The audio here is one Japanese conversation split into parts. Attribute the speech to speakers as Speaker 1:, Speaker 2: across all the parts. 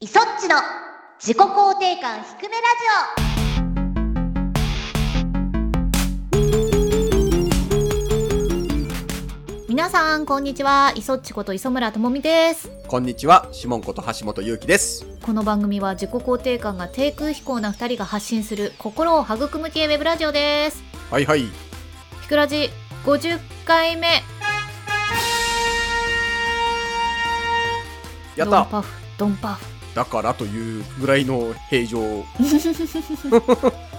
Speaker 1: イソッチの自己肯定感低めラジ
Speaker 2: 皆さんこんにちは磯っちこと磯村智美です
Speaker 3: こんにちは、シモンこと橋本祐希です。
Speaker 2: この番組は自己肯定感が低空飛行な二人が発信する心を育む系ウェブラジオです
Speaker 3: はいはい。
Speaker 2: ひくらじ50回目ド
Speaker 3: やっ
Speaker 2: ン
Speaker 3: た
Speaker 2: パフドン パフ
Speaker 3: だからというぐらいの平常。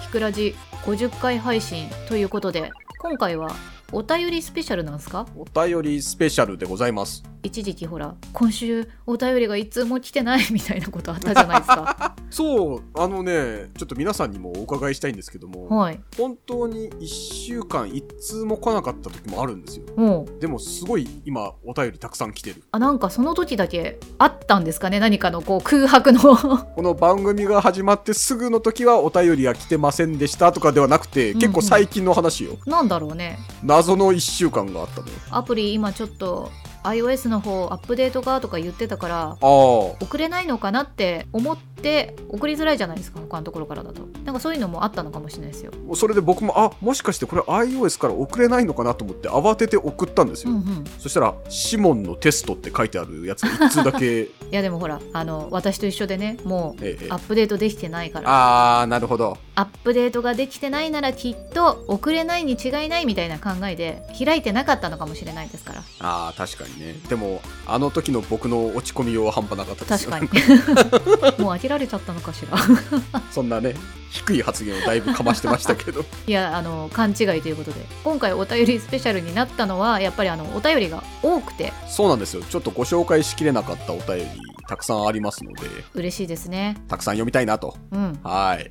Speaker 2: ひくらじ50回配信ということで今回はお便りスペシャルなんですか
Speaker 3: お便りスペシャルでございます。
Speaker 2: 一時期ほら今週お便りが一通も来てないみたいなことあったじゃないです か
Speaker 3: そう、あのね、ちょっと皆さんにもお伺いしたいんですけども、
Speaker 2: はい
Speaker 3: 本当に1週間1通も来なかった時もあるんですよ。
Speaker 2: もう
Speaker 3: でもすごい今お便りたくさん来てる。
Speaker 2: あなんかその時だけあったんですかね何かのこう空白の
Speaker 3: この番組が始まってすぐの時はお便りは来てませんでしたとかではなくて、
Speaker 2: うんうん
Speaker 3: 結構最近の話よ。
Speaker 2: なんだろうね
Speaker 3: 謎の1週間があったのよ。
Speaker 2: アプリ今ちょっと iOS の方アップデートがとか言ってたから
Speaker 3: ああ。
Speaker 2: 送れないのかなって思って送りづらいじゃないですか他のところからだとなんかそういうのもあったのかもしれないですよ、
Speaker 3: それで僕も、あ、もしかしてこれ iOS から送れないのかなと思って慌てて送ったんです
Speaker 2: う
Speaker 3: よ。
Speaker 2: んうん、
Speaker 3: そしたら、シモンのテストって書いてあるやつ1通だ け。え
Speaker 2: いやでもほらあの私と一緒でねもう
Speaker 3: えええ
Speaker 2: アップデートできてないから
Speaker 3: あー、なるほど。
Speaker 2: アップデートができてないならきっと送れないに違いないみたいな考えで開いてなかったのかもしれないですから
Speaker 3: あー、確かにね。でも、あの時の僕の落ち込みようは半端なかったです
Speaker 2: 確
Speaker 3: よ。
Speaker 2: かに もう飽きられちゃったのかしら
Speaker 3: そんなね、低い発言をだいぶかましてました けど。
Speaker 2: いやあの勘違いということで今回お便りスペシャルになったのはやっぱりあのお便りが多くて
Speaker 3: そうなんですよ。ちょっとご紹介しきれなかったお便り、たくさんありますので、
Speaker 2: 嬉しいですね
Speaker 3: たくさん読みたいなと。
Speaker 2: うん
Speaker 3: はい。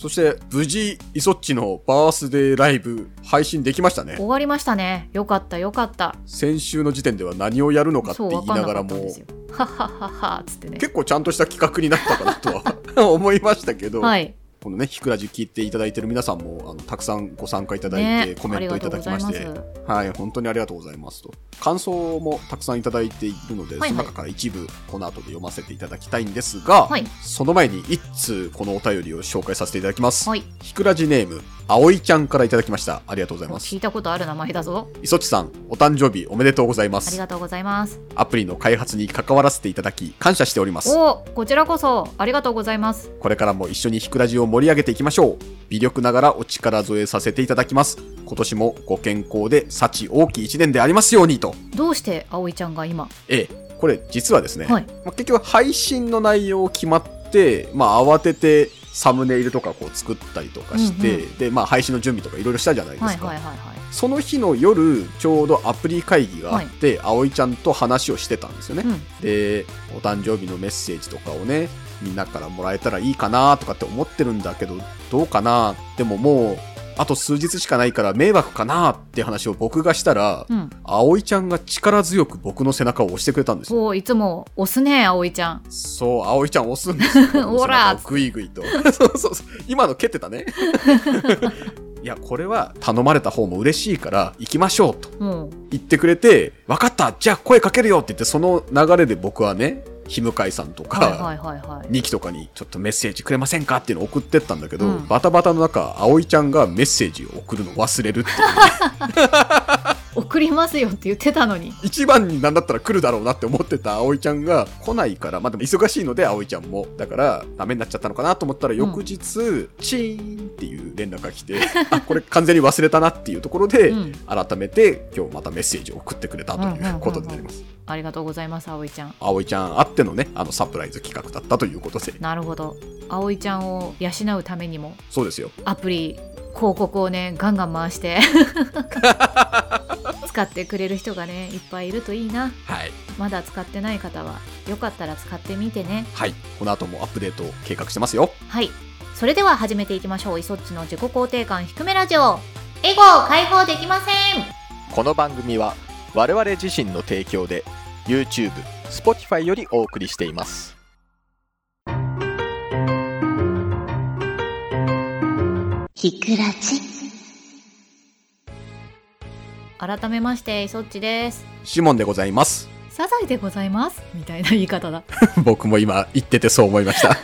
Speaker 3: そして、無事、イソッチのバースデーライブ、配信できましたね。
Speaker 2: 終わりましたねよかったよかった
Speaker 3: 先週の時点では何をやるのかって
Speaker 2: そう
Speaker 3: 言
Speaker 2: わ
Speaker 3: い
Speaker 2: かん
Speaker 3: な
Speaker 2: なか
Speaker 3: が
Speaker 2: らったん
Speaker 3: も
Speaker 2: ですよはっはっはっはっつってね
Speaker 3: 結構ちゃんとした企画になったかなと は思いましたけど、
Speaker 2: はい
Speaker 3: このねひくらじ聞いていただいてる皆さんもあのたくさんご参加いただいて、
Speaker 2: ねあ
Speaker 3: コメ
Speaker 2: り
Speaker 3: ント
Speaker 2: が
Speaker 3: い
Speaker 2: と
Speaker 3: た
Speaker 2: う
Speaker 3: だ
Speaker 2: ご
Speaker 3: き
Speaker 2: ざ
Speaker 3: ま
Speaker 2: い
Speaker 3: し
Speaker 2: ま
Speaker 3: て
Speaker 2: す
Speaker 3: はい本当にありがとうございますと感想もたくさんいただいているので、
Speaker 2: はいはい
Speaker 3: その中から一部この後で読ませていただきたいんですが、
Speaker 2: はい
Speaker 3: その前に一通このお便りを紹介させていただきます、
Speaker 2: はい
Speaker 3: ひくらじネームあおいちゃんからいただきましたありがとうございます
Speaker 2: 聞いたことある名前だぞ
Speaker 3: 磯地さんお誕生日おめでとうございま
Speaker 2: あり
Speaker 3: す
Speaker 2: がとうございます
Speaker 3: アプリの開発に関わらせていただき感謝しております
Speaker 2: おこちらこそありがとうございます
Speaker 3: これからも一緒にひくらじを盛り上げていきましょう。微力ながらお力添えさせていただきます。今年もご健康で幸大き一年でありますようにと。
Speaker 2: どうして葵ちゃんが今
Speaker 3: ええ、これ実はですね、
Speaker 2: はい
Speaker 3: まあ結局配信の内容決まって、まあ慌ててサムネイルとかこう作ったりとかして、
Speaker 2: うん
Speaker 3: で、まあ配信の準備とかいろいろしたじゃないで
Speaker 2: はい
Speaker 3: すか。
Speaker 2: はいはいはい
Speaker 3: その日の夜、ちょうどアプリ会議があって、葵ちゃんと話をしてたんですよね。
Speaker 2: うん
Speaker 3: でお誕生日のメッセージとかをねみんなからもらえたらいいかなとかって思ってるんだけどどうかなでももうあと数日しかないから迷惑かなって話を僕がしたら、
Speaker 2: うん
Speaker 3: 葵ちゃんが力強く僕の背中を押してくれたんですよ。
Speaker 2: そういつも押すね葵ちゃん
Speaker 3: そう、葵ちゃん押すんですよ。
Speaker 2: オラー
Speaker 3: 僕の背中をグイグイと。 そうそうそう。今の蹴ってたね。 いや、これは頼まれた方も嬉しいから行きましょうと。
Speaker 2: もう
Speaker 3: 言ってくれて、分かったじゃあ声かけるよって言って、その流れで僕はね、ひむかいさんと
Speaker 2: はいはい
Speaker 3: か、
Speaker 2: はいはい
Speaker 3: ニキとかにちょっとメッセージくれませんかっていうのを送ってったんだけど、
Speaker 2: うん
Speaker 3: バタバタの中、葵ちゃんがメッセージを送るの忘れるっていう。
Speaker 2: 送りますよって言ってたのに
Speaker 3: 一番になんだったら来るだろうなって思ってた葵ちゃんが来ないから、まあでも忙しいので葵ちゃんも。だから、ダメになっちゃったのかなと思ったら、翌日、チーンっていう連絡が来 て、あ、これ完全に忘れたなっていうところで、
Speaker 2: うん
Speaker 3: 改めて今日またメッセージを送ってくれたということになります。
Speaker 2: ありがとうございます葵ちゃん
Speaker 3: 葵ちゃんあってのね、あのサプライズ企画だったということで、
Speaker 2: なるほど葵ちゃんを養うためにも
Speaker 3: そうですよ。
Speaker 2: アプリ広告をねガンガン回して使ってくれる人がねいっぱいいるといいな
Speaker 3: はい。
Speaker 2: まだ使ってない方はよかったら使ってみてね
Speaker 3: はい。この後もアップデートを計画してますよ。
Speaker 2: はいそれでは始めていきましょういそっちの自己肯定感低めラジオ
Speaker 1: オエゴを解放できません
Speaker 4: この番組は我々自身の提供で YouTube、Spotify よりお送りしています。
Speaker 1: ひくらじ
Speaker 2: 改めましていそっちです
Speaker 3: シモンでございます。
Speaker 2: サザエでございますみたいな言い方だ
Speaker 3: 僕も今言っててそう思い ました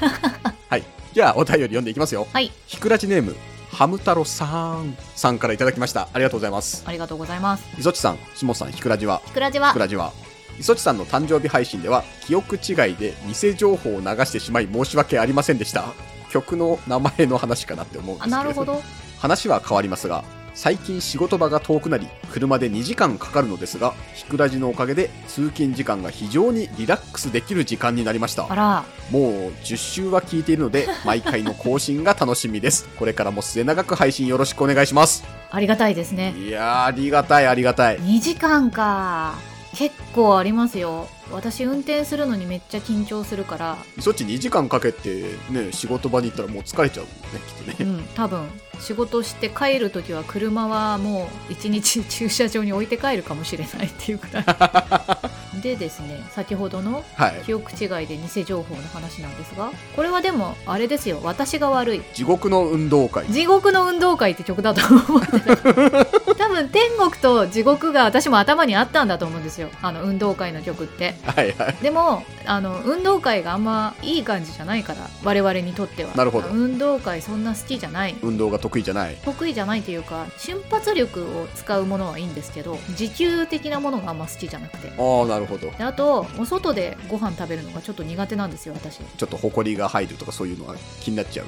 Speaker 3: はいじゃあお便り読んでいきますよ
Speaker 2: はい
Speaker 3: ひくらじネームハム太郎さんさんからいただきましたありがとうございます
Speaker 2: ありがとうございます
Speaker 3: 磯地さん下さんひくらじは
Speaker 2: ひくらじは
Speaker 3: クラジは磯地さんの誕生日配信では記憶違いで偽情報を流してしまい申し訳ありませんでした曲の名前の話かなって思うんです
Speaker 2: あ
Speaker 3: け
Speaker 2: なる
Speaker 3: れど
Speaker 2: ほど
Speaker 3: 話は変わりますが最近仕事場が遠くなり車で2時間かかるのですがひくらじのおかげで通勤時間が非常にリラックスできる時間になりました
Speaker 2: あら
Speaker 3: もう10週は聞いている ので毎回の更新が楽しみですこれからも末永く配信よろしくお願いします
Speaker 2: ありがたいですね
Speaker 3: いやーありがたいありがたい
Speaker 2: 2時間か結構ありますよ私運転するのにめっちゃ緊張するから
Speaker 3: そっち2時間かけてね仕事場に行ったらもう疲れちゃうもんねきっと
Speaker 2: う
Speaker 3: ね
Speaker 2: ん多分仕事して帰る時は車はもう一日駐車場に置いて帰るかもしれないっていうくら いでですね先ほどの
Speaker 3: はい
Speaker 2: 記憶違いで偽情報の話なんですがこれはでもあれですよ私が悪い
Speaker 3: 地獄の運動会
Speaker 2: 地獄の運動会って曲だと思ってた 多分天国と地獄が私も頭にあったんだと思うんですよあの運動会の曲って
Speaker 3: はいはい
Speaker 2: でもあの運動会があんまいい感じじゃないから我々にとっては
Speaker 3: なるほど
Speaker 2: 運動会そんな好きじゃない
Speaker 3: 運動が得意じゃない
Speaker 2: 得意じゃないというか瞬発力を使うものはいいんですけど持久的なものがあんま好きじゃなくて
Speaker 3: ああなるほど
Speaker 2: であとお外でご飯食べるのがちょっと苦手なんですよ私
Speaker 3: ちょっと埃が入るとかそういうのは気になっちゃう、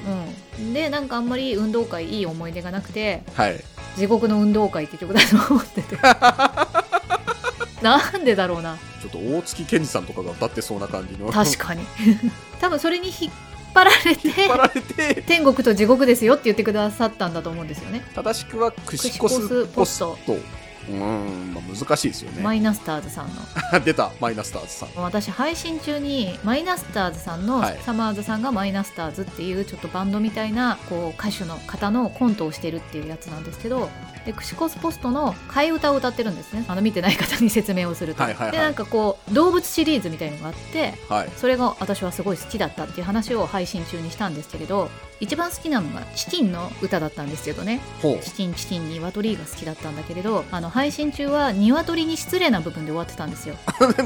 Speaker 2: うんでなんかあんまり運動会いい思い出がなくて
Speaker 3: はい
Speaker 2: 地獄の運動会って曲だと思って てなんでだろうな
Speaker 3: ちょっと大月健二さんとかが歌ってそうな感じの
Speaker 2: 確かに 多分それに引っ張られて
Speaker 3: 引っ張られて
Speaker 2: 天国と地獄ですよって言ってくださったんだと思うんですよね。
Speaker 3: 正しくはクシコスポストうーん、まあ、難しいですよ
Speaker 2: マ
Speaker 3: ね
Speaker 2: イナスターズさんの
Speaker 3: 出たマイナスターズさん
Speaker 2: 私配信中にマイナスターズさんの、
Speaker 3: はい
Speaker 2: サマーズさんがマイナスターズっていうちょっとバンドみたいなこう歌手の方のコントをしてるっていうやつなんですけどでクシコスポストの替え歌を歌ってるんですねあの見てない方に説明をすると、
Speaker 3: はいはいはい
Speaker 2: でなんかこう動物シリーズみたいのがあって
Speaker 3: はい
Speaker 2: それが私はすごい好きだったっていう話を配信中にしたんですけれど一番好きなのがチキンの歌だったんですけどね
Speaker 3: ほう
Speaker 2: チキンチキン鶏が好きだったんだけれどあの配信中は鶏に失礼な部分で終わってたんですよ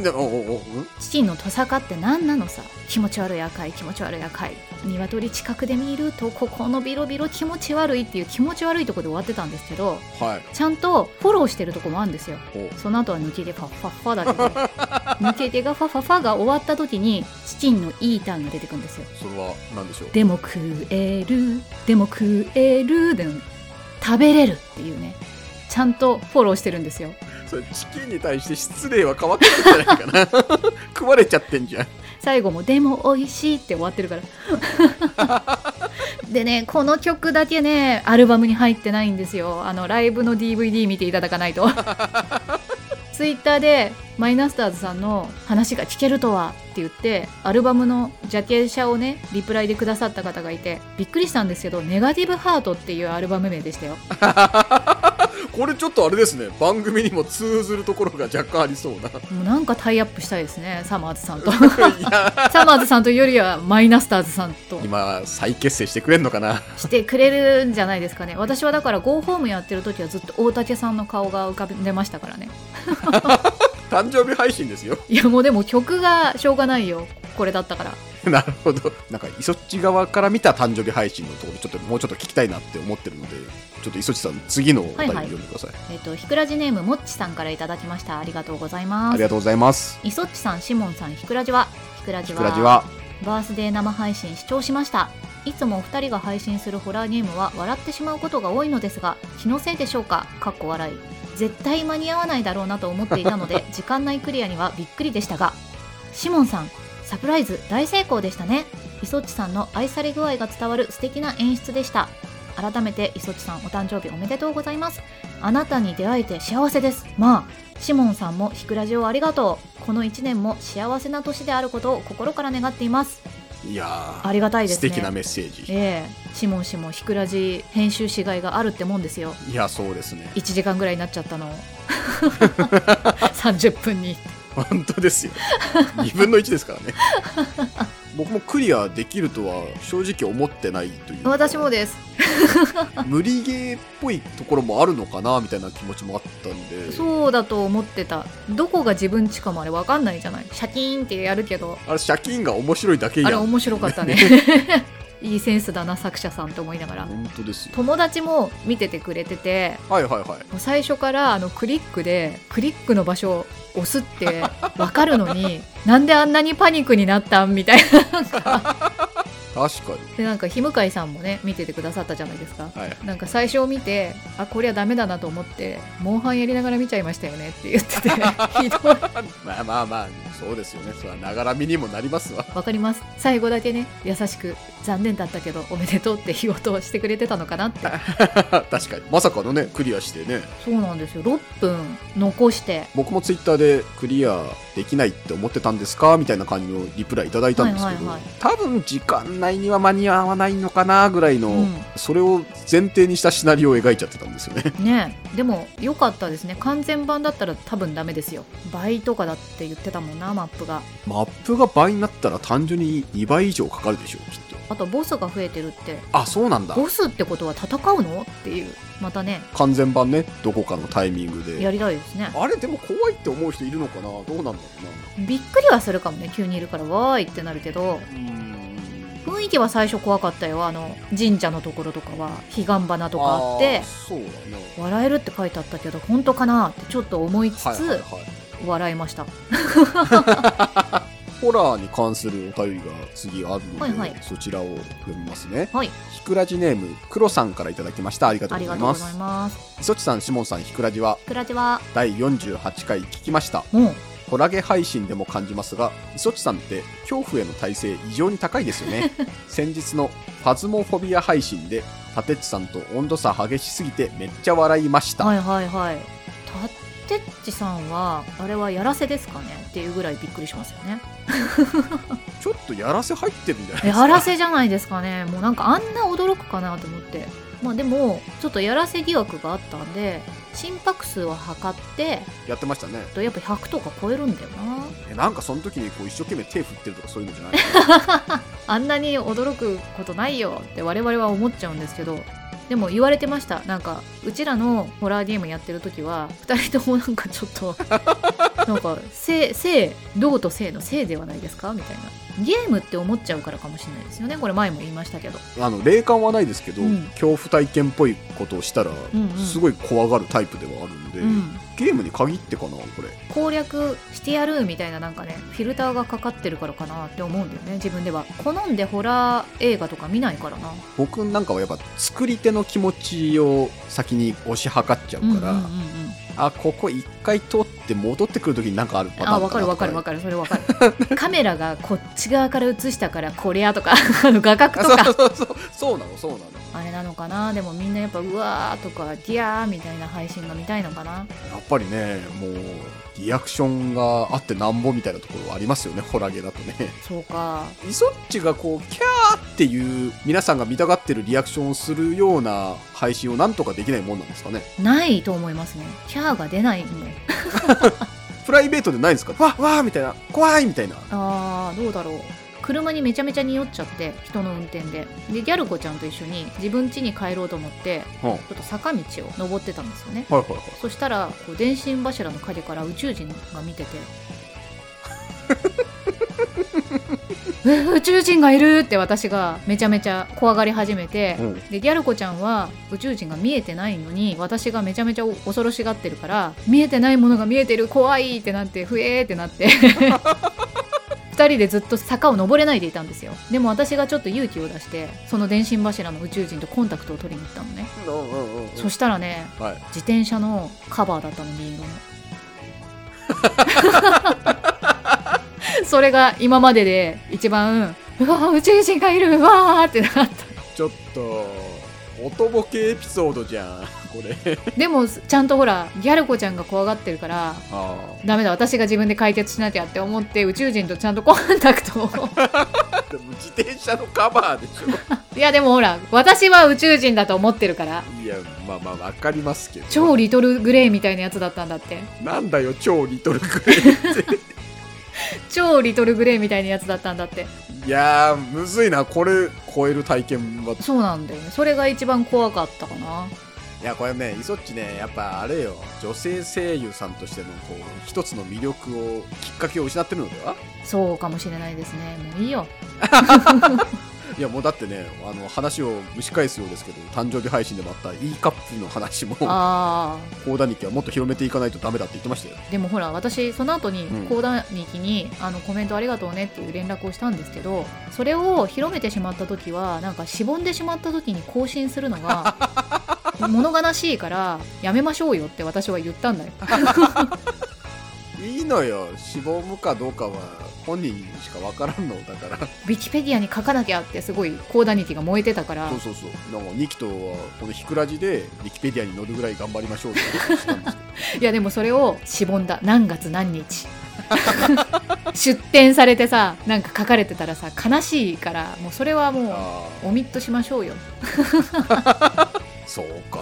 Speaker 3: でおおおうん
Speaker 2: チキンのトサカって何なのさ気持ち悪い赤い気持ち悪い赤い鶏近くで見るとここのビロビロ気持ち悪いっていう気持ち悪いとこで終わってたんですけど
Speaker 3: はい
Speaker 2: ちゃんとフォローしてるとこもあるんですよ
Speaker 3: ほう
Speaker 2: その後は抜け毛ファッファッファだけど抜け毛がファッファッファが終わった時にチキンのいいターンが出てくるんですよ
Speaker 3: それは何でしょう
Speaker 2: でも食えるでも食えるでも食べれるっていうねちゃんとフォローしてるんですよ
Speaker 3: それチキンに対して失礼は変わってるんじゃないかな食われちゃってんじゃん
Speaker 2: 最後も「でも美味しい」って終わってるから でねこの曲だけねアルバムに入ってないんですよあのライブの DVD 見ていただかないと ツイッターでマイナスターズさんの話が聞けるとはって言ってアルバムのジャケ写をねリプライでくださった方がいてびっくりしたんですけど「ネガティブハート」っていうアルバム名でしたよ
Speaker 3: これちょっとあれですね番組にも通ずるところが若干ありそうない
Speaker 2: もうなんかタイアップしたいですねサマーズさんと
Speaker 3: や
Speaker 2: サマーズさんというよりはマイナスターズさんと
Speaker 3: 今再結成してくれんのかな
Speaker 2: してくれるんじゃないですかね私はだから GO ホームやってる時はずっと大竹さんの顔が浮かんでましたからね
Speaker 3: 誕生日配信ですよ
Speaker 2: いやもうでも曲がしょうがないよこれだったから
Speaker 3: なるほどなんか磯っち側から見た誕生日配信のところちょっともうちょっと聞きたいなって思ってるのでちょっと磯っちさん次のお便り読んでください、
Speaker 2: えっ、とひくらじネームもっちさんからいただきましたありがとうございま
Speaker 3: あり
Speaker 2: す
Speaker 3: がとうございます
Speaker 2: いそっちさんしもんさんひくらじはひくらじ
Speaker 3: ひ
Speaker 2: は
Speaker 3: くらじは
Speaker 2: バースデー生配信視聴しましたいつもお二人が配信するホラーゲームは笑ってしまうことが多いのですが気のせいでしょうかかっこ笑い絶対間に合わないだろうなと思っていたので時間内クリアにはびっくりでしたがシモンさんサプライズ大成功でしたねイソッチさんの愛され具合が伝わる素敵な演出でした改めてイソッチさんお誕生日おめでとうございますあなたに出会えて幸せですまあシモンさんもひくらじをありがとうこの1年も幸せな年であることを心から願っています
Speaker 3: いやー
Speaker 2: ありがたいです
Speaker 3: 素
Speaker 2: ね。
Speaker 3: 敵なメッセージ
Speaker 2: ええシモン氏もひくらじ編集しがいがあるってもんですよ。
Speaker 3: いやそうですね
Speaker 2: 1時間ぐらいになっちゃった の。30分に。
Speaker 3: 本当ですよ2分の1ですからね僕もクリアできるとは正直思ってないというか
Speaker 2: 私もです
Speaker 3: 無理ゲーっぽいところもあるのかなみたいな気持ちもあったんで
Speaker 2: そうだと思ってたどこが自分ちかもあれ分かんないじゃないシャキーンってやるけど
Speaker 3: あれ借金が面白いだけや
Speaker 2: あ
Speaker 3: ん
Speaker 2: れ面白かった ねいいセンスだな作者さんと思いながら
Speaker 3: 本当ですよ
Speaker 2: 友達も見ててくれてて
Speaker 3: はいはいはい
Speaker 2: もう最初からあのクリックでクリックの場所を押すって分かるのに なんであんなにパニックになったんみたいな
Speaker 3: 確かに
Speaker 2: でなんか日向井さんもね見ててくださったじゃないですか
Speaker 3: はい
Speaker 2: なんか最初を見てあこれはダメだなと思ってモンハンやりながら見ちゃいましたよねって言ってて ひどい
Speaker 3: まあまあまあそうですよねそれはながらみにもなりますわ
Speaker 2: わかります最後だけね優しく残念だったけどおめでとうって言おうとしてくれてたのかなって
Speaker 3: 確かにまさかのねクリアしてね
Speaker 2: そうなんですよ6分残して
Speaker 3: 僕もツイッターでクリアできないって思ってたんですかみたいな感じのリプライいただいたんですけど、
Speaker 2: はいはいはい
Speaker 3: 多分時間内には間に合わないのかなぐらいの、
Speaker 2: うん
Speaker 3: それを前提にしたシナリオを描いちゃってたんですよね
Speaker 2: ねえでも良かったですね完全版だったら多分ダメですよ倍とかだって言ってたもんなマップが
Speaker 3: マップが倍になったら単純に2倍以上かかるでしょうきっと
Speaker 2: あとボスが増えてるって
Speaker 3: あそうなんだ
Speaker 2: ボスってことは戦うのっていうまたね
Speaker 3: 完全版ねどこかのタイミング
Speaker 2: や
Speaker 3: で
Speaker 2: りたいですね
Speaker 3: あれでも怖いって思う人いるのかなどうなんだろ
Speaker 2: びっくりはするかもね急にいるからわーいってなるけど
Speaker 3: うなうん
Speaker 2: 雰囲気は最初怖かったよあの神社のところとかは彼岸花とかあって
Speaker 3: そうだね
Speaker 2: 笑えるって書いてあったけど本当かなってちょっと思いつつ、
Speaker 3: はいはいはい
Speaker 2: 笑いました
Speaker 3: ホラーに関するお便りが次あるので、
Speaker 2: はいはい
Speaker 3: そちらを読みますね。
Speaker 2: はい
Speaker 3: ひくらじネーム、黒さんからいただきました。ありがと
Speaker 2: あ
Speaker 3: うご
Speaker 2: り
Speaker 3: ざ
Speaker 2: が
Speaker 3: い
Speaker 2: とうご
Speaker 3: ま
Speaker 2: ざい
Speaker 3: す。
Speaker 2: ます
Speaker 3: 磯地さん、しもんさん、ひくらじは
Speaker 2: クラチは
Speaker 3: 第48回聞きました。
Speaker 2: もう
Speaker 3: ホラゲ配信でも感じますが、磯地さんって恐怖への耐性異常に高いですよ ね。先日のパズモフォビア配信で、タテッチさんと温度差激しすぎてめっちゃ笑いました。
Speaker 2: はいはいはいタッテッチさんはあれはやらせですかねっていうぐらいびっくりしますよね
Speaker 3: ちょっとやらせ入ってるんじゃないですか
Speaker 2: やらせじゃないですかねもうなんかあんな驚くかなと思ってまあでもちょっとやらせ疑惑があったんで心拍数を測って
Speaker 3: やってましたね。
Speaker 2: やっぱ100とか超えるんだよな
Speaker 3: えなんかその時にこう一生懸命手振ってるとかそういうのじゃない
Speaker 2: あんなに驚くことないよって我々は思っちゃうんですけどでも言われてましたなんかうちらのホラーゲームやってる時は2人ともなんかちょっ となんか性性どうと性の性ではないですかみたいなゲームって思っちゃうからかもしれないですよねこれ前も言いましたけど
Speaker 3: あの 霊感はないですけど、
Speaker 2: うん
Speaker 3: 恐怖体験っぽいことをしたら、
Speaker 2: んうん
Speaker 3: すごい怖がるタイプではあるんで、
Speaker 2: うん
Speaker 3: ゲームに限ってかなこれ
Speaker 2: 攻略してやるみたいななんかねフィルターがかかってるからかなって思うんだよね自分では好んでホラー映画とか見ないからな
Speaker 3: 僕なんかはやっぱ作り手の気持ちを先に推し量っちゃ
Speaker 2: う
Speaker 3: うから、
Speaker 2: んうんうんうん
Speaker 3: あここ一回通って戻ってくる時になんかあるパターンだな
Speaker 2: あわかるわかるわ
Speaker 3: か
Speaker 2: かるそれわかるカメラがこっち側から映したからこれやとか あの画角とか
Speaker 3: そうそうそうそうなのそうなの
Speaker 2: あれなのかなでもみんなやっぱうわーとかギャーみたいな配信が見たいのかな
Speaker 3: やっぱりねもうリアクションがあってなんぼみたいなところはありますよねホラゲだとね
Speaker 2: そうか
Speaker 3: イソッチがこう、キャーっていう、皆さんが見たがってるリアクションをするような配信をなんとかできないもんなんですかね。
Speaker 2: ないと思いますねキャーが出ないもん
Speaker 3: プライベートでないんですかわわーみたいな、怖いみたいな。
Speaker 2: あーどうだろう車にめちゃめちゃ匂っちゃって人の運転ででギャル子ちゃんと一緒に自分家に帰ろうと思って
Speaker 3: うん。はい
Speaker 2: ちょっと坂道を登ってたんですよね
Speaker 3: はいはい。
Speaker 2: そしたらこう電信柱の影から宇宙人が見て てえ宇宙人がいるって私がめちゃめちゃ怖がり始めて、
Speaker 3: うん
Speaker 2: でギャル子ちゃんは宇宙人が見えてないのに私がめちゃめちゃ恐ろしがってるから見えてないものが見えてる怖いってなってふえーってな って二人でずっと坂を登れないでいたんですよでも私がちょっと勇気を出してその電信柱の宇宙人とコンタクトを取りに行ったのね、
Speaker 3: うんうんうんうん
Speaker 2: そしたらね
Speaker 3: はい。
Speaker 2: 自転車のカバーだったの銀色のそれが今までで一番うわー宇宙人がいるうわーってなった
Speaker 3: ちょっと、音ボケエピソードじゃん、 これ。
Speaker 2: でもちゃんとほらギャル子ちゃんが怖がってるから
Speaker 3: あ
Speaker 2: ダメだ私が自分で解決しなきゃって思って宇宙人とちゃんとコンタクトを
Speaker 3: あ。でも自転車のカバーで しょ。
Speaker 2: いやでもほら私は宇宙人だと思ってるから
Speaker 3: いや、まあまあわかりますけど。
Speaker 2: 超リトルグレイみたいなやつだったんだって
Speaker 3: なんだよ、 超リトルクレイって。
Speaker 2: 超リトルグレイみたいなやつだったんだって
Speaker 3: いいやー、むずいな。これ、超える体験は。
Speaker 2: そうなんだよねそれが一番怖かったかない
Speaker 3: や、これね、イソッチね、やっぱあれよ、女性声優さんとしての、こう、一つの魅力を、きっかけを失ってるのでは
Speaker 2: そうかもしれないですねもういい よ
Speaker 3: いや、もうだってね、あの、話を蒸し返すようですけど、誕生日配信でもあった E カップの話も、コ
Speaker 2: ああ
Speaker 3: ーダニキはもっと広めていかないとダメだって言ってましたよ。
Speaker 2: でもほら私その後に
Speaker 3: うん
Speaker 2: 講談に行きに、あのコメントありがとうねっていう連絡をしたんですけどそれを広めてしまった時はなんかしぼんでしまった時に更新するの が物悲しいからやめましょうよって私は言ったん だよ
Speaker 3: いいのよ、死亡むかどうかは、本人にしかわからんのだから。
Speaker 2: ウィキペディアに書かなきゃってすごい講談劇が燃えてたから
Speaker 3: そうそうそう。なんか、ニキとは、このひくらじで、ウィキペディアに載るぐらい頑張りましょうって話をしたんですけど。
Speaker 2: いやでもそれをしぼんだ何月何日 出展されてさなんか書かれてたらさ悲しいからもうそれはも
Speaker 3: あー
Speaker 2: うオミットしましょうよ
Speaker 3: そうか。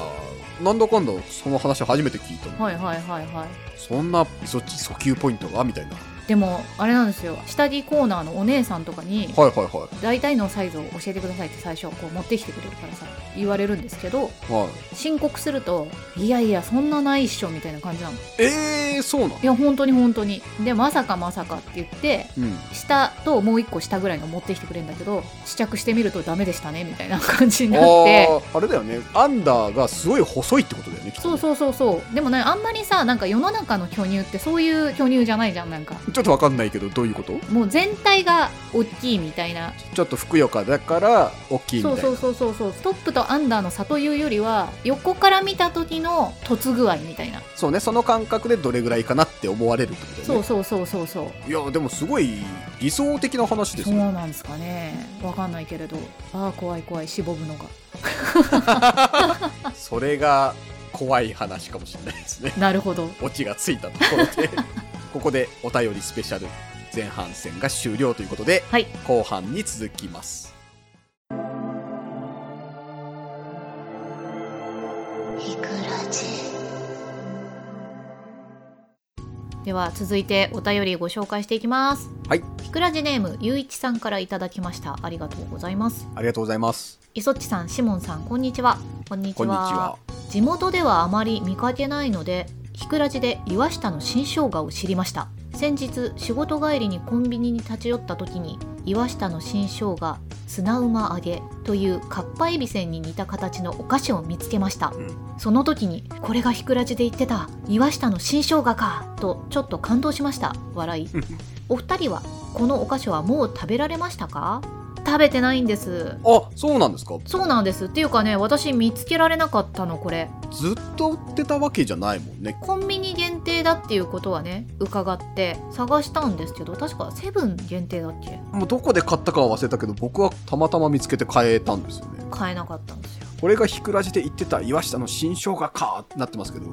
Speaker 3: なんだかんだ、その話初めて聞いたの。
Speaker 2: はいはいはいはい
Speaker 3: そんな、そっち訴求ポイントがみたいな。
Speaker 2: でもあれなんですよ下着コーナーのお姉さんとかに
Speaker 3: はいはいは
Speaker 2: 大体のサイズを教えてくださいって最初こう持ってきてくれるからさ言われるんですけど
Speaker 3: い。はい。
Speaker 2: 申告するといやいやそんなないっしょみたいな感じなのい
Speaker 3: ええー、そうなの
Speaker 2: や本当に本当にでまさかまさかって言って
Speaker 3: うん。
Speaker 2: 下ともう一個下ぐらいの持ってきてくれるんだけど試着してみるとダメでしたねみたいな感じになって
Speaker 3: あーあれだよねアンダーがすごい細いってことだよねきっと
Speaker 2: そう
Speaker 3: ね
Speaker 2: そうそうそうでもねあんまりさなんか世の中の巨乳ってそういう巨乳じゃないじゃんなんか
Speaker 3: ちょっとわかんないけどどういうこと
Speaker 2: もう全体が大きいみたいな
Speaker 3: ちょっとふくよかだから大きいみた
Speaker 2: そ
Speaker 3: いうな
Speaker 2: そうそうそうそうトップとアンダーの差というよりは横から見た時の凸具合みたいな、
Speaker 3: そうねその感覚でどれぐらいかなって思われるってことだ
Speaker 2: そ
Speaker 3: よ
Speaker 2: う
Speaker 3: ね
Speaker 2: そうそうそうそう
Speaker 3: いやでもすごい理想的な話です
Speaker 2: そう
Speaker 3: ね
Speaker 2: なんですかねわかんないけれどああ怖い怖いしぼぶのが
Speaker 3: それが怖い話かもしれないですね
Speaker 2: なるほど
Speaker 3: オチがついたところで ここでお便りスペシャル前半戦が終了ということで
Speaker 2: はい
Speaker 3: 後半に続きます
Speaker 1: ひくらじ
Speaker 2: では続いてお便りご紹介していきます
Speaker 3: はい
Speaker 2: ひくらじネームゆういちさんからいただきましたありがとうございます
Speaker 3: ありがとうございます
Speaker 2: いそっちさんしもんさんこんにちはこんに
Speaker 3: こんにちは
Speaker 2: 地元ではあまり見かけないのでひくらじで岩下の新生姜を知りました先日仕事帰りにコンビニに立ち寄った時に岩下の新生姜砂馬揚げというかっぱえびせんに似た形のお菓子を見つけました、
Speaker 3: うん
Speaker 2: その時にこれがひくらじで言ってた岩下の新生姜かとちょっと感動しました 笑いお二人はこのお菓子はもう食べられましたか食べてないんです
Speaker 3: あそうなんですか
Speaker 2: そうなんですっていうかね私見つけられなかったのこれ
Speaker 3: ずっと売ってたわけじゃないもんね
Speaker 2: コンビニ限定だっていうことはね伺って探したんですけど確かセブン限定だっけ
Speaker 3: もうどこで買ったかは忘れたけど僕はたまたま見つけて買えたんですよね
Speaker 2: 買えなかったんです よ
Speaker 3: これがひくらじで言ってた岩下の新生姜かってなってますけど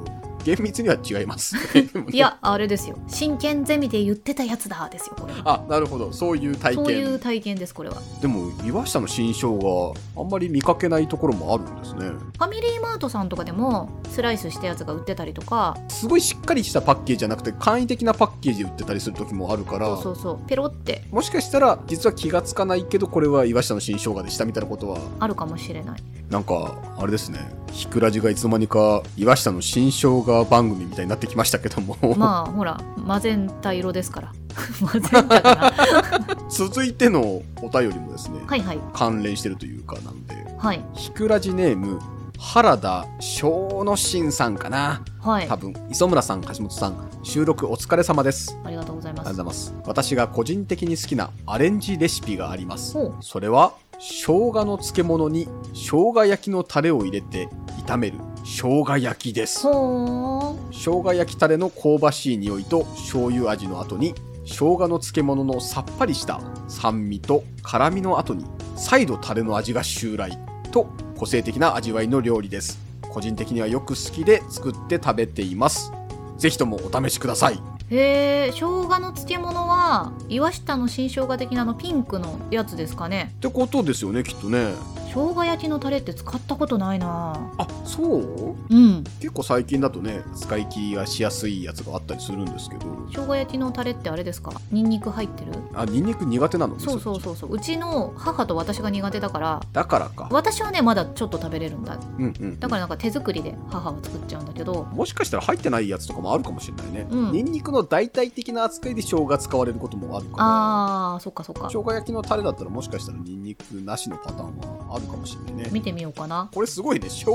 Speaker 3: 厳密には違 います、ね、でもね
Speaker 2: いやあれですよ真剣ゼミで言ってたやつだですよこれ
Speaker 3: あなるほどそういう体
Speaker 2: そういう
Speaker 3: 験
Speaker 2: 体験ですこれは
Speaker 3: でも岩下の新生姜あんまり見かけないところもあるんですね
Speaker 2: ファミリーマートさんとかでもスライスしたやつが売ってたりとか
Speaker 3: すごいしっかりしたパッケージじゃなくて簡易的なパッケージで売ってたりする時もあるから
Speaker 2: そうそうそうペロって
Speaker 3: もしかしたら実は気がつかないけどこれは岩下の新生姜でしたみたいなことは
Speaker 2: あるかもしれない
Speaker 3: なんか、あれですね、ひくらじがいつの間にか、岩下の新生姜番組みたいになってきましたけども、
Speaker 2: まあほらマゼンタ色ですから マゼンタか な
Speaker 3: 続いてのお便りもですね、
Speaker 2: はいはい
Speaker 3: 関連してるというかなんで、
Speaker 2: はい
Speaker 3: ひくらじネーム、原田翔之進さんかな。
Speaker 2: はい
Speaker 3: 多分、磯村さん、橋本さん、収録お疲れ様です。
Speaker 2: ありがとうござい
Speaker 3: あ
Speaker 2: ま
Speaker 3: りがと
Speaker 2: す
Speaker 3: うございます。私が個人的に好きなアレンジレシピがあります。
Speaker 2: ほう
Speaker 3: それは生姜の漬物に生姜焼きのタレを入れて炒める生姜焼きです。
Speaker 2: ほー
Speaker 3: 生姜焼きタレの香ばしい匂いと醤油味の後に生姜の漬物のさっぱりした酸味と辛みの後に再度タレの味が襲来と個性的な味わいの料理です個人的にはよく好きで作って食べていますぜひともお試しください
Speaker 2: へえ生姜の漬物は岩下の新生姜的なあのピンクのやつですかね
Speaker 3: ってことですよねきっとね
Speaker 2: 生生姜焼きのタレって使ったことないな
Speaker 3: あそう
Speaker 2: うん
Speaker 3: 結構最近だとね使い切りがしやすいやつがあったりするんですけど
Speaker 2: 生姜焼きのタレってあれですかニンニク入ってる
Speaker 3: あニンニク苦手なのね
Speaker 2: そうそう
Speaker 3: れ
Speaker 2: そうそううちの母と私が苦手だから
Speaker 3: だからか
Speaker 2: 私はねまだちょっと食べれるんだ
Speaker 3: うんうん
Speaker 2: だからなんか手作りで母は作っちゃうんだけど
Speaker 3: もしかしたら入ってないやつとかもあるかもしれないね、
Speaker 2: うん
Speaker 3: ニンニクの代替的な扱いで生姜使われることもあるから
Speaker 2: あーそっかそっか
Speaker 3: 生姜焼きのタレだったらもしかしたらニンニクなしのパターンはあるかもしれないね
Speaker 2: 見てみようかな
Speaker 3: これすごいね生姜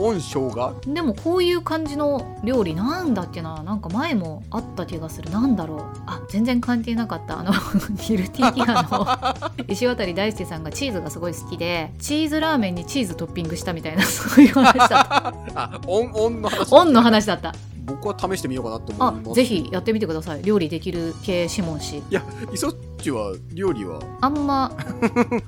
Speaker 3: オン生姜
Speaker 2: でもこういう感じの料理なんだっけななんか前もあった気がするなんだろうあ全然関係なかったあのギルティギアの 石渡大輔さんがチーズがすごい好きでチーズラーメンにチーズトッピングしたみたいな そういう話だった
Speaker 3: あオンオンの話
Speaker 2: オンの話だった
Speaker 3: 僕は試してみようかなと思い
Speaker 2: あ
Speaker 3: ます
Speaker 2: ぜひやってみてください料理できる系シモン氏
Speaker 3: いやイソッチは料理は
Speaker 2: あんま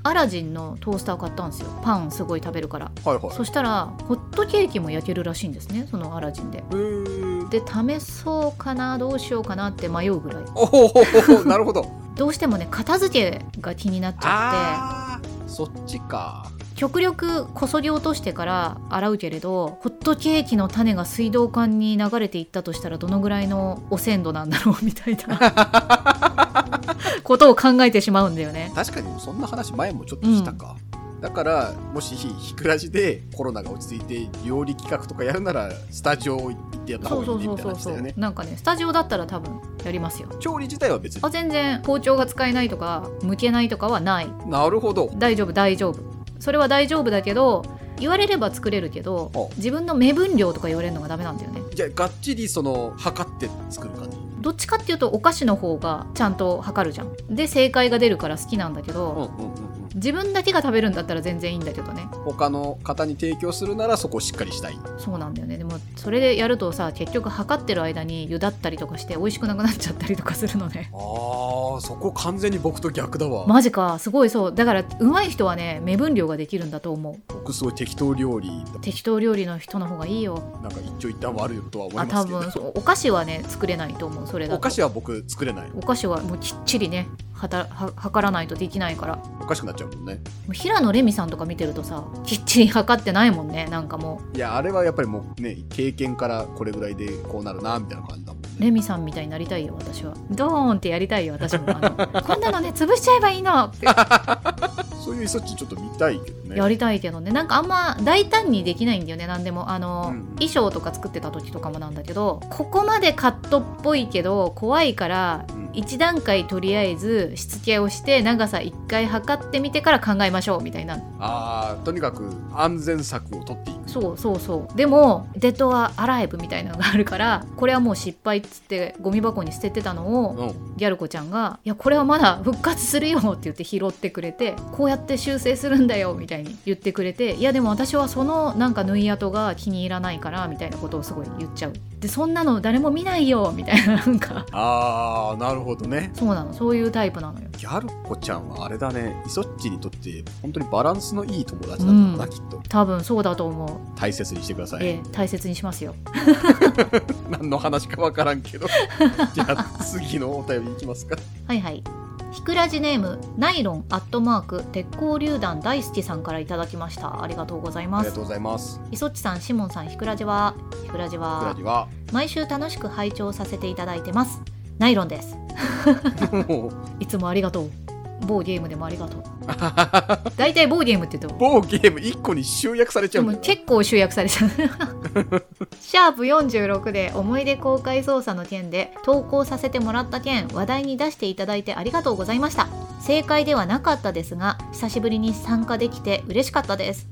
Speaker 2: アラジンのトースター買ったんですよパンすごい食べるから
Speaker 3: はいはい
Speaker 2: そしたらホットケーキも焼けるらしいんですねそのアラジンで
Speaker 3: うーん
Speaker 2: で試そうかなどうしようかなって迷うぐらい
Speaker 3: おおな るほど
Speaker 2: どうしてもね片付けが気になっちゃっ
Speaker 3: あーそっちか
Speaker 2: て極力こそぎ落としてから洗うけれどホットケーキの種が水道管に流れていったとしたらどのぐらいの汚染度なんだろうみたいな ことを考えてしまうんだよね
Speaker 3: 確かにそんな話前もちょっとしたか、だからもしひくらじでコロナが落ち着いて料理企画とかやるならスタジオ行ってやった
Speaker 2: そ
Speaker 3: 方
Speaker 2: う
Speaker 3: が
Speaker 2: そ
Speaker 3: いいうね
Speaker 2: そうそうそ
Speaker 3: みたいな話だよ
Speaker 2: う
Speaker 3: ね
Speaker 2: なんかねスタジオだったら多分やりますよ
Speaker 3: 調理自体は別に
Speaker 2: あ全然包丁が使えないとか向けないとかはない
Speaker 3: なるほど
Speaker 2: 大丈夫大丈夫それは大丈夫だけど言われれば作れるけど
Speaker 3: あ
Speaker 2: 自分の目分量とか言われるのがダメなんだよね
Speaker 3: じゃあがっちりその測って作る感じ
Speaker 2: どっちかっていうとお菓子の方がちゃんと測るじゃんで正解が出るから好きなんだけ
Speaker 3: うんう
Speaker 2: ど、
Speaker 3: んうんうん
Speaker 2: 自分だけが食べるんだったら全然いいんだけどね
Speaker 3: 他の方に提供するならそこをしっかりしたい
Speaker 2: そうなんだよねでもそれでやるとさ結局測ってる間に湯だったりとかして美味しくなくなっちゃったりとかするのね
Speaker 3: あーそこ完全に僕と逆だわ、
Speaker 2: マジかすごいそうだから上手い人はね目分量ができるんだと思う
Speaker 3: 僕すごい適当料理
Speaker 2: 適当料理の人の方がいいよ
Speaker 3: なんか一長一短はあるとは思い
Speaker 2: あ
Speaker 3: ま
Speaker 2: 多
Speaker 3: すけど
Speaker 2: 分そうお菓子はね作れないと思うそれだと
Speaker 3: お菓子は僕作れない
Speaker 2: お菓子はもうきっちりねはたは測らないとできないからも
Speaker 3: おかしくなっちゃうもんね
Speaker 2: う平野レミさんとか見てるとさきっちり測ってないもんねなんかも
Speaker 3: いやあれはやっぱりもうね経験からこれぐらいでこうなるなみたいな感じだもん
Speaker 2: う
Speaker 3: ね
Speaker 2: レミさんみたいになりたいよ私はドーンってやりたいよ私もあ のこんなのね潰しちゃえばいいのって
Speaker 3: そういうそっちちょっと見たいけどね
Speaker 2: やりたいけどねなんかあんま大胆にできないんだよね何でもあの、
Speaker 3: うん
Speaker 2: 衣装とか作ってた時とかもなんだけどここまでカットっぽいけど怖いから
Speaker 3: うん
Speaker 2: 一段階とりあえずしつけをして長さ一回測ってみてから考えましょうみたいな
Speaker 3: あーとにかく安全策を取っていく
Speaker 2: そうそうそうでもデッドはアライブみたいなのがあるからこれはもう失敗っつってゴミ箱に捨ててたのを
Speaker 3: うん
Speaker 2: ギャル子ちゃんが「いやこれはまだ復活するよ」って言って拾ってくれて「こうやって修正するんだよ」みたいに言ってくれて「いやでも私はそのなんか縫い跡が気に入らないから」みたいなことをすごい言っちゃうでそんなの誰も見ないよみたいななんか
Speaker 3: あーなるほどね
Speaker 2: そうなのそういうタイプなのよ
Speaker 3: ギャル子ちゃんはあれだねイソッチにとって本当にバランスのいい友達なんだな、
Speaker 2: うん
Speaker 3: きっと
Speaker 2: 多分そうだと思う、
Speaker 3: 大切にしてください、
Speaker 2: ええ大切にしますよ
Speaker 3: 何の話かわから んけどじゃあ次のお便りいきますか
Speaker 2: はいはい。ひくらじネームナイロンアットマーク鉄鋼榴弾大好きさんからいただきましたありがとうござい
Speaker 3: あ
Speaker 2: ま
Speaker 3: りが
Speaker 2: す
Speaker 3: とうございます
Speaker 2: いそっちさんシモンさんひくらじはひくらじ
Speaker 3: クラ
Speaker 2: は
Speaker 3: ジは
Speaker 2: 毎週楽しく拝聴させていただいてますナイロンです
Speaker 3: もう
Speaker 2: いつもありがとう某ゲームでもありがとう大体某ゲームって言っても
Speaker 3: 某ゲーム1個に集約されち
Speaker 2: で
Speaker 3: ゃうん
Speaker 2: も
Speaker 3: だよな
Speaker 2: 結構集約されちゃうシャープ46で思い出公開捜査の件で投稿させてもらった件話題に出していただいてありがとうございました正解ではなかったですが久しぶりに参加できて嬉しかったです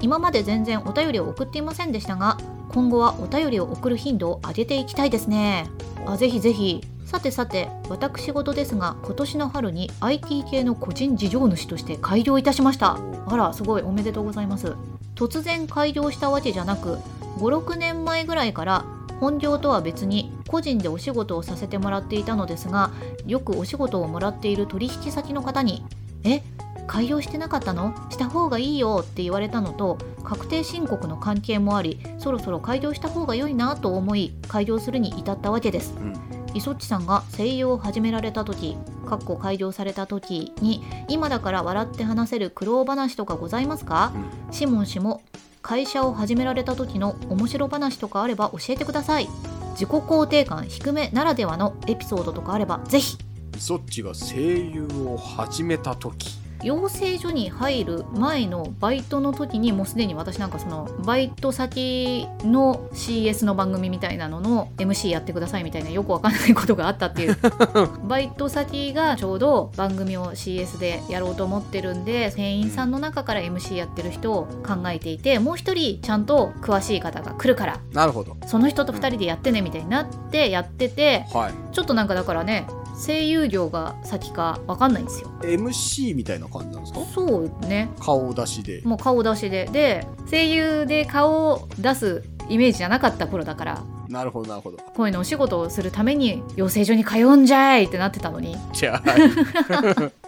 Speaker 2: 今まで全然お便りを送っていませんでしたが今後はお便りを送る頻度を上げていきたいですねあぜひぜひさてさて私事ですが今年の春に IT 系の個人事業主として開業いたしましたあらすごいおめでとうございます突然開業したわけじゃなく56年前ぐらいから本業とは別に個人でお仕事をさせてもらっていたのですがよくお仕事をもらっている取引先の方に「え開業してなかったのした方がいいよ」って言われたのと確定申告の関係もありそろそろ開業した方が良いなと思い開業するに至ったわけです
Speaker 3: うん
Speaker 2: 磯っちさんが声優を始められた時かっこ開業された時に今だから笑って話せる苦労話とかございますか、シモン氏も会社を始められた時の面白話とかあれば教えてください自己肯定感低めならではのエピソードとかあればぜひ
Speaker 3: そっちが声優を始めた時
Speaker 2: 養成所に入る前のバイトの時にもうすでに私なんかそのバイト先の CS の番組みたいなのの MC やってくださいみたいなよくわかんないことがあったっていう バイト先がちょうど番組を CS でやろうと思ってるんで店員さんの中から MC やってる人を考えていてもう一人ちゃんと詳しい方が来るから
Speaker 3: なるほど
Speaker 2: その人と2人でやってねみたいになってやってて
Speaker 3: はい
Speaker 2: ちょっとなんかだからね声優業が先かわかんないんですよ。
Speaker 3: MC みたいな感じなんですか
Speaker 2: そうね
Speaker 3: 顔出しで
Speaker 2: もう顔出しでで声優で顔を出すイメージじゃなかった頃だから
Speaker 3: なるほどなるほど
Speaker 2: 声のお仕事をするために養成所に通うんじゃいってなってたのに
Speaker 3: じゃ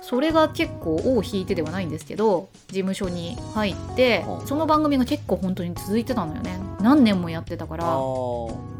Speaker 2: それが結構尾を引いてではないんですけど事務所に入って
Speaker 3: うん
Speaker 2: その番組が結構本当に続いてたのよね何年もやってたか
Speaker 3: あ
Speaker 2: ら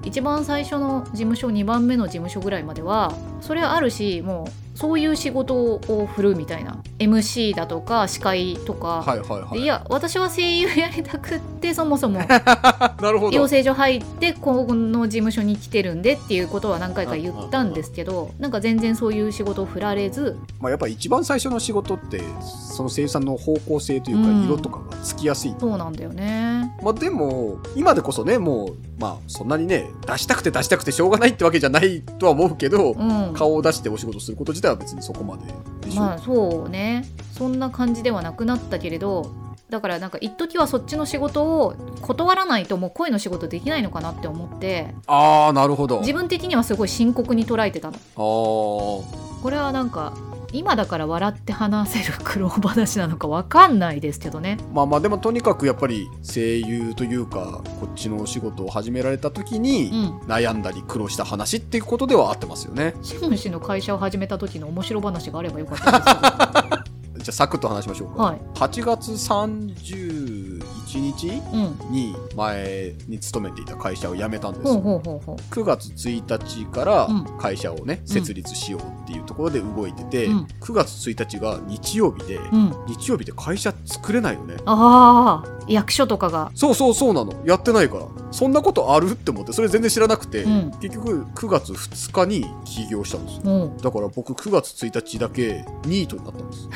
Speaker 2: 一番最初の事務所2番目の事務所ぐらいまではそれはあるしもうそういう仕事を振るみたいな MC だとか司会とか、
Speaker 3: はいはいはい
Speaker 2: でいや私は声優やりたくってそもそも
Speaker 3: なるほど
Speaker 2: 養成所入ってこの事務所に来てるんでっていうことは何回か言ったんですけどなんか全然そういう仕事を振られず
Speaker 3: まあ、やっぱ一番最初の仕事ってその声優さんの方向性というか
Speaker 2: うん
Speaker 3: 色とかがつきやすい、
Speaker 2: そうなんだよね
Speaker 3: まあでも今でこそねもうまあそんなにね出したくて出したくてしょうがないってわけじゃないとは思うけど、
Speaker 2: うん
Speaker 3: 顔を出してお仕事すること自体は別にそこまででしょ、
Speaker 2: まあそうねそんな感じではなくなったけれどだからなんか一時はそっちの仕事を断らないともう恋の仕事できないのかなって思って
Speaker 3: ああなるほどあ
Speaker 2: 自分的にはすごい深刻に捉えてたの
Speaker 3: あ
Speaker 2: これはなんか今だから笑って話せる苦労話なのかわかんないですけどね
Speaker 3: まあまあでもとにかくやっぱり声優というかこっちのお仕事を始められた時
Speaker 2: う
Speaker 3: に
Speaker 2: ん
Speaker 3: 悩んだり苦労した話っていうことでは合ってますよね
Speaker 2: シムシの会社を始めた時の面白話があればよかったんですけ
Speaker 3: じゃあサクッと話しましょう
Speaker 2: ど
Speaker 3: か、
Speaker 2: はい
Speaker 3: 8月31日
Speaker 2: うん
Speaker 3: に前に勤めていた会社を辞めたんです、
Speaker 2: ほうほうほうほ
Speaker 3: 9月1日から
Speaker 2: うん
Speaker 3: 会社をね、設立しようっていうところで動いてて、
Speaker 2: うん
Speaker 3: 9月1日が日曜日で、
Speaker 2: ううん
Speaker 3: 日曜日で会社作れないよね
Speaker 2: ああ役所とかが
Speaker 3: そうそうそうなのやってないからそんなことあるって思ってそれ全然知らなくて、
Speaker 2: うん
Speaker 3: 結局9月2日に起業したんですよ
Speaker 2: うん
Speaker 3: だから僕9月1日だけニートになった んです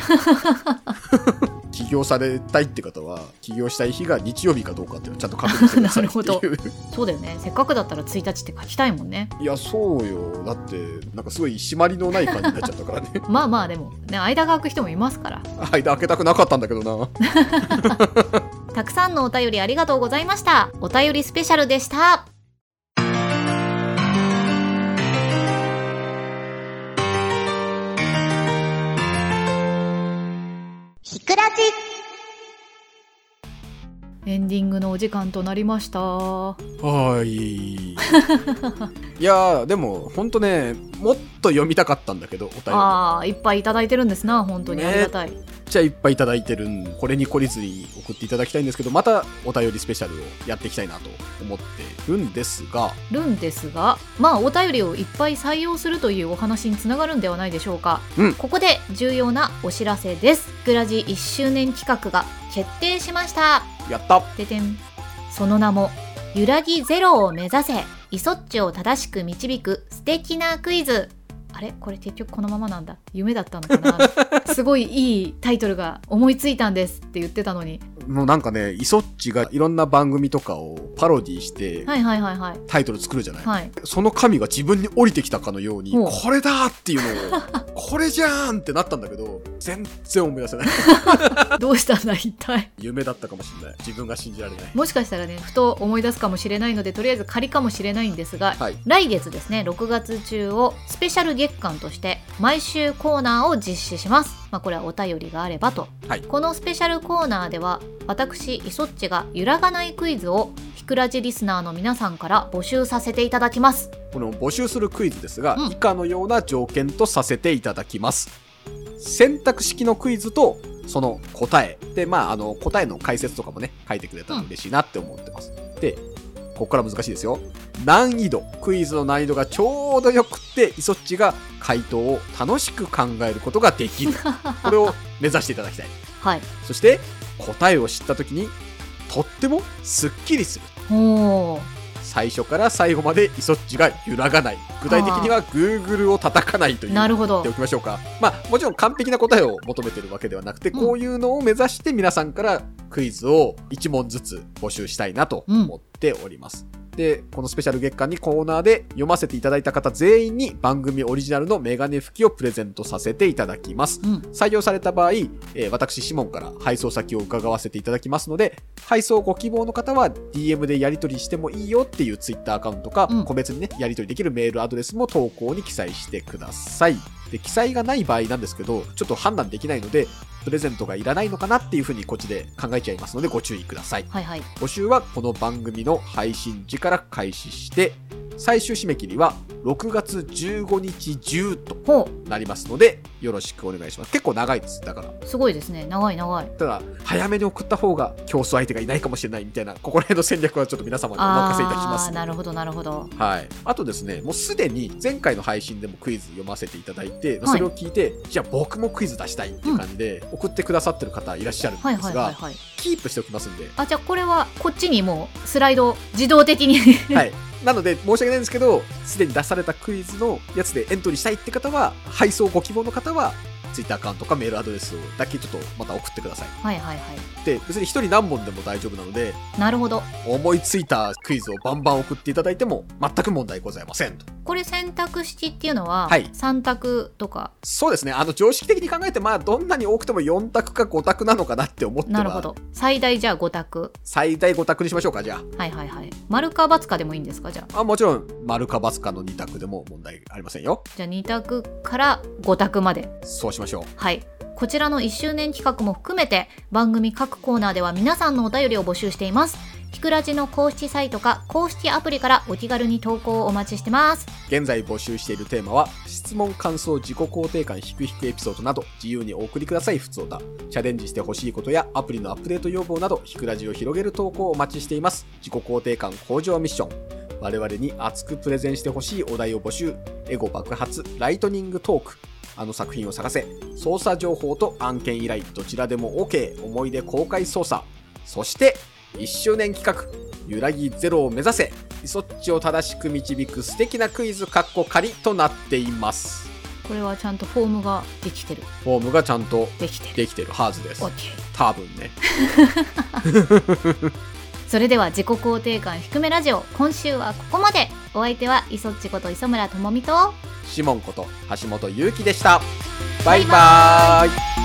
Speaker 3: 起業されたいって方は起業したい日が日曜日かどうかっていうのをちゃんと確認してくださいってい
Speaker 2: なるほ
Speaker 3: う
Speaker 2: そうだよねせっかくだったら1日って書きたいもんね
Speaker 3: いやそうよだってなんかすごい締まりのない感じになっちゃったからね
Speaker 2: まあまあでもね間が空く人もいますから
Speaker 3: 間開けたくなかったんだけどな
Speaker 2: たくさんのお便りありがとうございましたお便りスペシャルでした
Speaker 1: ひくらじ
Speaker 2: エンディングのお時間となりました
Speaker 3: はい いやーでもほんとねもっと読みたかったんだけどお便りめ
Speaker 2: ああいっぱいいただいてるんですな本当にありがたい、
Speaker 3: っちゃいっぱいいただいてるんこれに懲りずに送っていただきたいんですけどまたお便りスペシャルをやっていきたいなと思ってるんですが
Speaker 2: るんですがまあお便りをいっぱい採用するというお話につながるんではないでしょうか、
Speaker 3: うん
Speaker 2: ここで重要なお知らせですグラジ1周年企画が決定しました
Speaker 3: やった
Speaker 2: ててんその名も「揺らぎゼロを目指せイソッチを正しく導く素敵なクイズ」あれこれ結局このままなんだ夢だったのか なすごいいいタイトルが思いついたんですって言ってたのに
Speaker 3: もうなんかねイソッチがいろんな番組とかをパロディして
Speaker 2: はいはいはいはい
Speaker 3: タイトル作るじゃない、
Speaker 2: はい
Speaker 3: その神が自分に降りてきたかのように、
Speaker 2: うん
Speaker 3: これだーっていうのを、 これじゃーんってなったんだけど、全然思い出せない。
Speaker 2: どうしたんだ一体
Speaker 3: 夢だったかもしれない。自分が信じられない。
Speaker 2: もしかしたらねふと思い出すかもしれないのでとりあえず仮かもしれないんですが、
Speaker 3: はい。
Speaker 2: 来月ですね6月中をスペシャル月間として毎週コーナーを実施します、まあ、これはお便りがあればと、
Speaker 3: はい
Speaker 2: このスペシャルコーナーでは私イソッチが揺らがないクイズをひくらじリスナーの皆さんから募集させていただきます
Speaker 3: この募集するクイズですが、
Speaker 2: うん
Speaker 3: 以下のような条件とさせていただきます。選択式のクイズと、その答え。で、まあ、あの、答えの解説とかもね、書いてくれたら嬉しいなって思ってます。で、ここから難しいですよ。難易度クイズの難易度がちょうどよくってイソッチが回答を楽しく考えることが できるこれを目指していただきたい
Speaker 2: はい
Speaker 3: そして答えを知った時にとってもすっきりする
Speaker 2: おー
Speaker 3: 最初から最後までイソッチが揺らがない具体的には Google を叩かないという
Speaker 2: なるほ
Speaker 3: 言っ
Speaker 2: ど
Speaker 3: ておきましょうかまあもちろん完璧な答えを求めてるわけではなくて、
Speaker 2: うん
Speaker 3: こういうのを目指して皆さんからクイズを1問ずつ募集したいなと思っております、でこのスペシャル月間にコーナーで読ませていただいた方全員に番組オリジナルのメガネ拭きをプレゼントさせていただきます
Speaker 2: うん
Speaker 3: 採用された場合、えー私、シモンから配送先を伺わせていただきますので、配送ご希望の方は DM でやり取りしてもいいよっていう Twitter アカウントか、
Speaker 2: うん
Speaker 3: 個別にね、やり取りできるメールアドレスも投稿に記載してください。で、記載がない場合なんですけど、ちょっと判断できないので、プレゼントがいらないのかなっていうふうにこっちで考えちゃいますので、ご注意ください。
Speaker 2: はいはい
Speaker 3: 募集はこの番組の配信時から開始して、最終締め切りは6月15日10と
Speaker 2: ほ
Speaker 3: なりますので、よろしくお願いします。結構長いです。だから。
Speaker 2: うすごいですね長い長い
Speaker 3: ただ、早めに送った方が競争相手がいないかもしれないみたいな、ここら辺の戦略はちょっと皆様にお任せいたします。
Speaker 2: ーなるほどなるほど
Speaker 3: はい。あとですね、もうすでに前回の配信でもクイズ読ませていただいて、
Speaker 2: はい
Speaker 3: それを聞いて、じゃあ僕もクイズ出したいっていう感じで、送ってくださってる方いらっしゃるんです
Speaker 2: は
Speaker 3: が、
Speaker 2: いはいはいはい
Speaker 3: キープしておきますんで、
Speaker 2: あじゃあこれはこっちにもうスライド自動的に
Speaker 3: はい。なので、申し訳ないんですけど、すでに出されたクイズのやつでエントリーしたいって方は、配送ご希望の方は、Twitter アカウントかメールアドレスをだけちょっとまた送ってください。
Speaker 2: はいはいはい
Speaker 3: で、別に一人何問でも大丈夫なので、
Speaker 2: なるほど
Speaker 3: 思いついたクイズをバンバン送っていただいても全く問題ございませんと。
Speaker 2: これ選択式っていうのは、
Speaker 3: はい
Speaker 2: 3択とか
Speaker 3: そうですね。あの常識的に考えて、まあどんなに多くても4択か5択なのかなって思って
Speaker 2: なるほ
Speaker 3: ば、
Speaker 2: ど最大じゃあ5択
Speaker 3: 最大5択にしましょうか、じゃ
Speaker 2: はいはいはい丸か×かでもいいんですかじゃあ
Speaker 3: あ。あもちろん、丸か×かの2択でも問題ありませんよ。
Speaker 2: じゃあ2択から5択まで
Speaker 3: そうしましょう。
Speaker 2: はいこちらの1周年企画も含めて番組各コーナーでは皆さんのお便りを募集していますひくらじの公式サイトか公式アプリからお気軽に投稿をお待ちしてます
Speaker 3: 現在募集しているテーマは、質問、感想、自己肯定感、ひくひくエピソードなど、自由にお送りください、ふつおた。チャレンジしてほしいことや、アプリのアップデート要望など、ひくラジを広げる投稿をお待ちしています。自己肯定感向上ミッション。我々に熱くプレゼンしてほしいお題を募集。エゴ爆発、ライトニングトーク。あの作品を探せ。捜査情報と案件依頼、どちらでも OK。思い出公開捜査。そして、1周年企画、揺らぎゼロを目指せ。イソッチを正しく導く素敵なクイズカッコ仮となっています
Speaker 2: これはちゃんとフォームができてる
Speaker 3: フォームがちゃんと
Speaker 2: できてる
Speaker 3: できてるはずです
Speaker 2: OK
Speaker 3: 多分ね
Speaker 2: それでは自己肯定感低めラジオ今週はここまでお相手は磯っちこと磯村智美と
Speaker 3: シモンこと橋本ゆうきでしたバイバーイ